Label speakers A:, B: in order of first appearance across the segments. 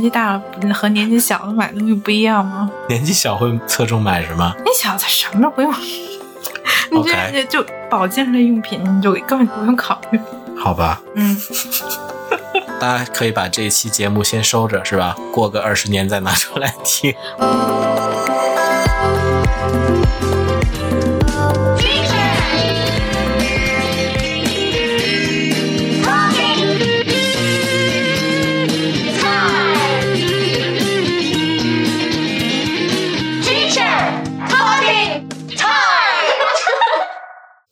A: 纪大了和年纪小的买东西不一样吗？
B: 年纪小会侧重买什么？
A: 你小子什么都不用，你这
B: OK
A: 就保健类用品，你就根本不用考虑。
B: 好吧，
A: 嗯，
B: 大家可以把这一期节目先收着，是吧？过个二十年再拿出来听。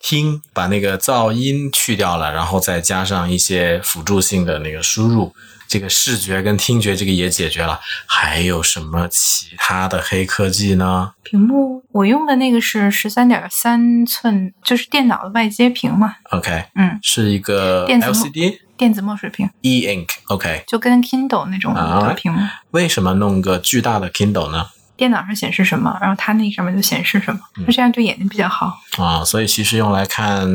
B: 听，把那个噪音去掉了，然后再加上一些辅助性的那个输入，这个视觉跟听觉这个也解决了。还有什么其他的黑科技呢？
A: 屏幕我用的那个是十三点三寸，就是电脑的外接屏嘛。
B: OK，
A: 嗯，
B: 是一个
A: 电子墨
B: LCD
A: 电子墨水屏，
B: e ink。OK，
A: 就跟 Kindle 那种的
B: 啊
A: 屏幕，
B: 为什么弄个巨大的 Kindle 呢？
A: 电脑上显示什么，然后它那上面就显示什么，那这样对眼睛比较好，
B: 啊，所以其实用来看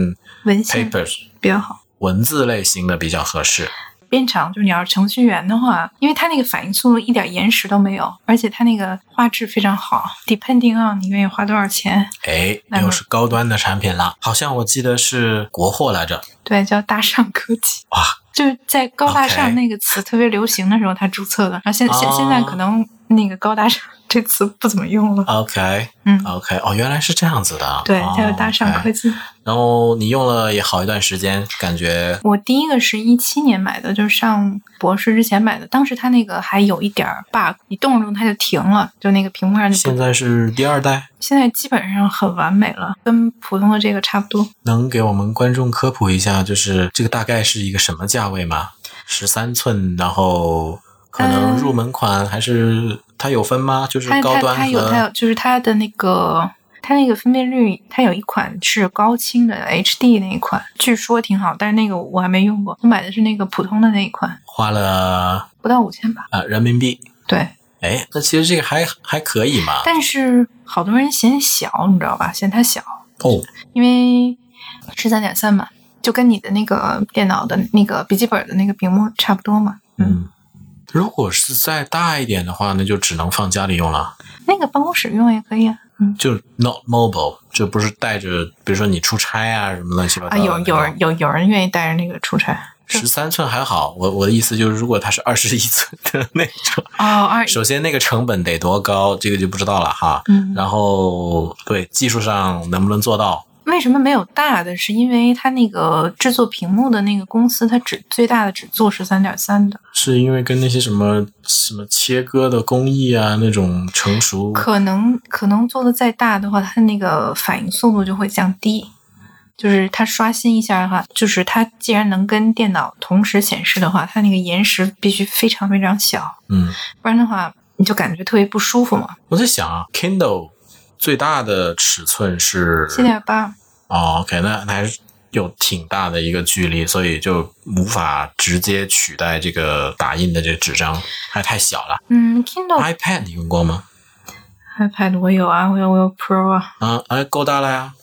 A: 文献
B: papers
A: 比较好。
B: 文字类型的比较合适。
A: 变长就是你要是程序员的话，因为它那个反应速度一点延迟都没有，而且它那个画质非常好。Depending on 你愿意花多少钱，
B: 哎，
A: 那么
B: 又是高端的产品了，好像我记得是国货来着。
A: 对，叫大上科技。
B: 哇，
A: 就是在“高大上”
B: OK
A: 那个词特别流行的时候，它注册的。然后现现、
B: 哦
A: 现在可能那个“高大上”这词不怎么用了。
B: OK，
A: 嗯
B: OK，哦，原来是这样子的，
A: 对，
B: 哦
A: 叫大上科
B: OK
A: 技。
B: 然后你用了也好一段时间，感觉
A: 我第一个是一七年买的，就是上博士之前买的。当时它那个还有一点儿 bug，你动着动它就停了，就那个屏幕上就不
B: 现在是第二代，
A: 现在基本上很完美了，跟普通的这个差不多。
B: 能给我们观众科普一下，就是这个大概是一个什么价位吗？十三寸，然后可
A: 嗯
B: 能入门款还是它有分吗？就是
A: 它
B: 高
A: 它
B: 端
A: 它有它有
B: 和
A: 就是它的那个它那个分辨率，它有一款是高清的 HD 那一款，据说挺好，但是那个我还没用过，我买的是那个普通的那一款，
B: 花了
A: 不到五千吧。
B: 啊、呃人民币。
A: 对，
B: 哎，那其实这个还还可以嘛。
A: 但是好多人嫌小，你知道吧？嫌它小，
B: 哦，
A: 因为十三点三嘛，就跟你的那个电脑的那个笔记本的那个屏幕差不多嘛。
B: 嗯，如果是再大一点的话，那就只能放家里用了。
A: 那个办公室用也可以啊。
B: 就是 not mobile，就不是带着，比如说你出差啊什么乱七八糟
A: 啊，
B: 的。
A: 有有人有有人愿意带着那个出差
B: 十三寸还好，我我的意思就是，如果它是二十一寸的那种，
A: 哦，二
B: 首先那个成本得多高，这个就不知道了哈。
A: 嗯，
B: 然后对技术上能不能做到？
A: 为什么没有大的？是因为它那个制作屏幕的那个公司，它只最大的只做十三点三的，
B: 是因为跟那些什么什么切割的工艺啊那种成熟
A: 可能可能做的再大的话，它那个反应速度就会降低。就是它刷新一下的话，就是它既然能跟电脑同时显示的话，它那个延时必须非常非常小，
B: 嗯，
A: 不然的话你就感觉特别不舒服嘛。
B: 我在想啊，Kindle 最大的尺寸是
A: 七点八，
B: 哦，OK，那那还是有挺大的一个距离，所以就无法直接取代这个打印的这个纸张，还太小了。
A: 嗯，Kindle
B: iPad 你用过吗？
A: iPad 我有啊，我有我有 Pro 啊，
B: 啊，哎，够大了呀！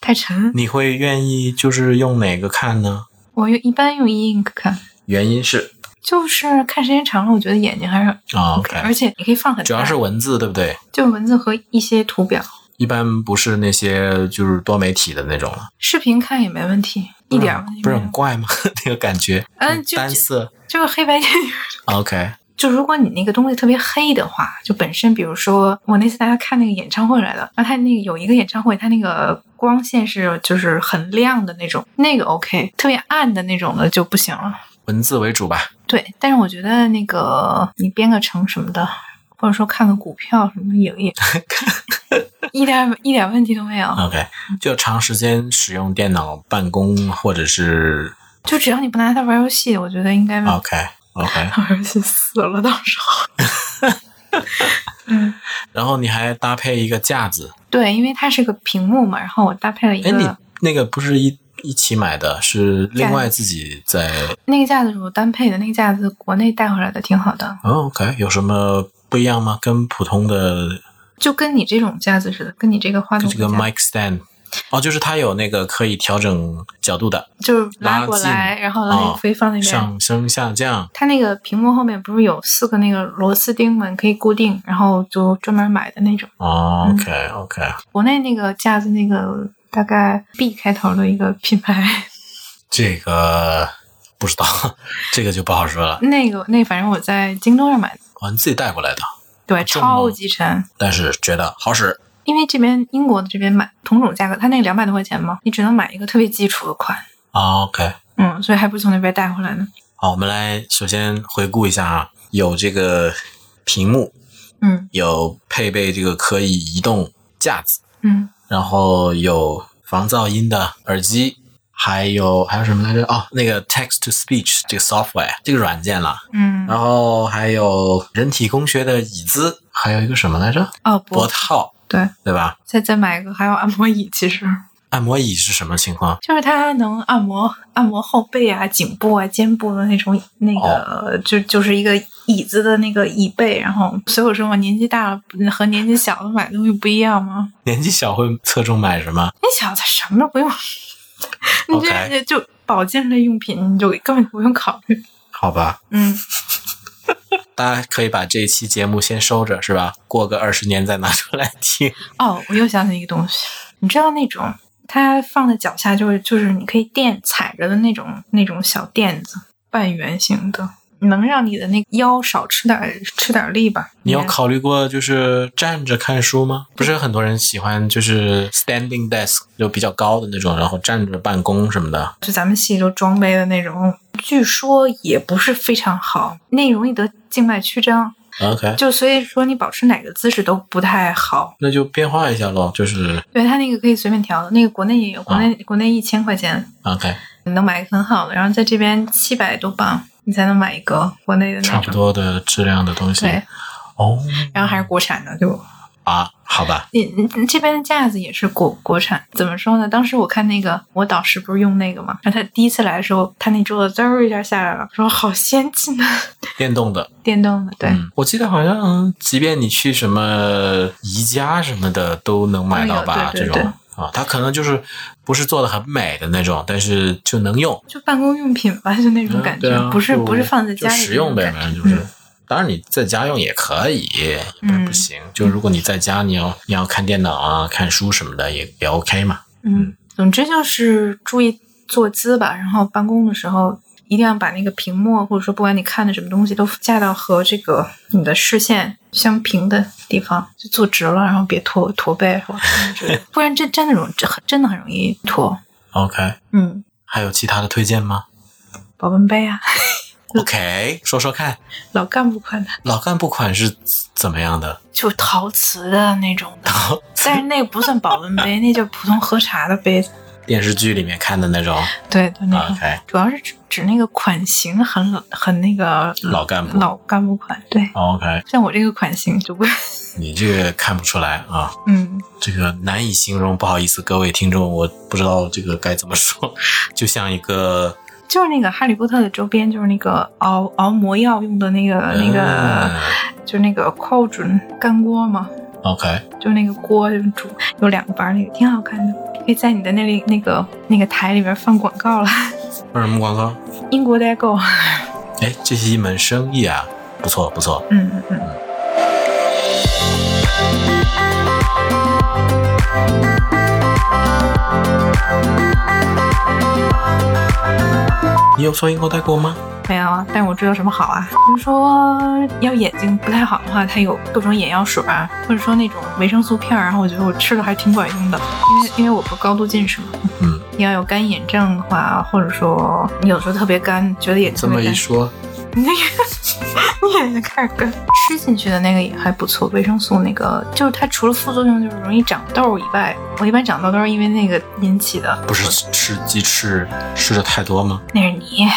A: 太沉，
B: 你会愿意就是用哪个看呢？
A: 我用一般用 e-ink 看，
B: 原因是
A: 就是看时间长了，我觉得眼睛还是
B: 啊、o
A: 而
B: k
A: 且你可以放很大，
B: 主要是文字，对不对？
A: 就文字和一些图表，
B: 一般不是那些就是多媒体的那种了，
A: 视频看也没问题，一点问题
B: 不
A: 没
B: 是
A: 有
B: 很。怪吗？ 那个感觉，
A: 嗯就
B: 单色。
A: 就是黑白电影，
B: OK，
A: 就如果你那个东西特别黑的话，就本身比如说我那次大家看那个演唱会来的，然后他那个有一个演唱会，他那个光线是就是很亮的那种，那个 OK，特别暗的那种的就不行了。
B: 文字为主吧。
A: 对，但是我觉得那个你编个程什么的，或者说看个股票什么也 也一点一点问题都没有。
B: OK，就长时间使用电脑办公或者是
A: 就只要你不拿它玩游戏，我觉得应该没有
B: OK OK，
A: 玩游戏死了，到时候。嗯，
B: 然后你还搭配一个架子。
A: 对，因为它是个屏幕嘛，然后我搭配了一
B: 哎，你
A: 个
B: 那个不是一一起买的，是另外自己在。
A: 那个架子是我单配的，那个架子国内带回来的挺好的，
B: 哦，OK，有什么不一样吗？跟普通的
A: 就跟你这种架子似的，跟你这个话筒
B: 这个
A: 架
B: mic stand 哦，就是它有那个可以调整角度的，
A: 就是拉过
B: 拉
A: 来，
B: 近
A: 然后拉
B: 哦
A: 飞放那边。
B: 上升下降。
A: 它那个屏幕后面不是有四个那个螺丝钉们可以固定，然后就专门买的那种。
B: 哦
A: 嗯
B: OK OK，
A: 国内那个架子那个大概 B 开头的一个品牌，
B: 这个不知道， 这个就不好说了。
A: 那个那反正我在京东上买的，
B: 哦，你自己带过来的，
A: 对，
B: 重吗
A: 超级沉。
B: 但是觉得好使。
A: 因为这边英国的这边买同种价格，它那个两百多块钱嘛，你只能买一个特别基础的款，
B: 哦 OK，
A: 嗯，所以还不如从那边带回来呢。
B: 好，我们来首先回顾一下啊，有这个屏幕，
A: 嗯
B: 有配备这个可以移动架子，
A: 嗯，
B: 然后有防噪音的耳机，还有还有什么来着？哦，那个 text to speech 这个 software 这个软件啦，
A: 嗯，
B: 然后还有人体工学的椅子，还有一个什么来着？
A: 哦不
B: 脖，套，
A: 对，
B: 对吧？
A: 再再买一个，还有按摩椅，其实
B: 按摩椅是什么情况？
A: 就是它能按摩按摩后背啊、颈部啊、肩部的那种那个，
B: 哦
A: 就就是一个椅子的那个椅背。然后，所以我说嘛，年纪大了和年纪小的买东西不一样吗？
B: 年纪小会侧重买什么？
A: 你小子什么都不用， 你这
B: OK
A: 就保健类用品，你就根本不用考虑。
B: 好吧，
A: 嗯，
B: 大家可以把这一期节目先收着，是吧？过个二十年再拿出来听。
A: 哦，我又想起一个东西，你知道那种它放在脚下就是就是你可以垫踩着的那种那种小垫子，半圆形的，能让你的那个腰少吃点吃点力吧。
B: 你有
A: 应该
B: 考虑过就是站着看书吗？不是很多人喜欢就是 standing desk 就比较高的那种，然后站着办公什么的。
A: 就咱们系就装备的那种，据说也不是非常好，那容易得静脉曲张，
B: OK，
A: 就所以说你保持哪个姿势都不太好。
B: 那就变化一下喽，就是
A: 对，它那个可以随便调的，那个国内
B: 啊
A: 也有，国内、国内一千块钱
B: OK，
A: 你能买一个很好的，然后在这边七百多镑你才能买一个国内的那种，
B: 差不多的质量的东西。
A: 对，
B: 哦
A: 然后还是国产的，就
B: 啊，好吧，
A: 你你这边的架子也是国国产，怎么说呢？当时我看那个我导师不是用那个嘛，然后他第一次来的时候，他那桌子滋儿一下下来了，说好先进啊，
B: 电动的。
A: 电动的，对。
B: 嗯，我记得好像，即便你去什么宜家什么的，都能买到吧？
A: 都有对对
B: 这种啊，它可能就是不是做的很美的那种，但是就能用，
A: 就办公用品吧，就那种感觉，
B: 嗯对啊
A: 不是
B: 就
A: 不是放在
B: 就
A: 家里
B: 实用呗，
A: 那种
B: 反
A: 感
B: 正
A: 觉
B: 就是。
A: 嗯
B: 当然，你在家用也可以，也不是不行。就如果你在家，你要你要看电脑啊、看书什么的，也也 OK 嘛。
A: 嗯，总之就是注意坐姿吧，然后办公的时候一定要把那个屏幕或者说不管你看的什么东西都架到和这个你的视线相平的地方，就坐直了，然后别驼驼背或者什么之类的，不然这真的容这很真的很容易驼。
B: OK，
A: 嗯，
B: 还有其他的推荐吗
A: 保温杯啊，
B: ？OK，说说看，
A: 老干部款的，
B: 老干部款是怎么样的？
A: 就陶瓷的那种的，但是那个不算保温杯，那就普通喝茶的杯子。
B: 电视剧里面看的那种
A: 对，就那种。
B: ？OK，
A: 主要是指指那个款型很老很那个
B: 老干部
A: 老干部款，对，
B: OK，
A: 像我这个款型就不，
B: 你这个看不出来啊，
A: 嗯，
B: 这个难以形容，不好意思，各位听众，我不知道这个该怎么说，就像一个
A: 就是那个哈利波特的周边，就是那个熬熬魔药用的那个、呃
B: 嗯
A: 那个，就是那个 cauldron 干锅嘛，
B: 嗯 OK
A: 就是那个锅就是煮有两个板儿那个，挺好看的，可以在你的那里那个那个台里边放广告了，
B: 放什么广告？
A: 英国代购，
B: 哎，这是一门生意啊，不错不错。
A: 嗯嗯嗯，
B: 你有做英国代购吗？
A: 没有啊，但我知道什么好啊，比如说要眼睛不太好的话，它有各种眼药水啊，或者说那种维生素片儿，然后我觉得我吃了还挺管用的，因为因为我不是高度近视嘛，
B: 嗯，
A: 你要有干眼症的话，或者说你有时候特别干，觉得眼
B: 这
A: 睛
B: 么
A: 特别干，
B: 一说，
A: 你那个你眼睛开始干，吃进去的那个也还不错，维生素那个就是它除了副作用就是容易长痘以外，我一般长痘都是因为那个引起的，
B: 不是吃鸡翅吃的太多吗？
A: 那是你。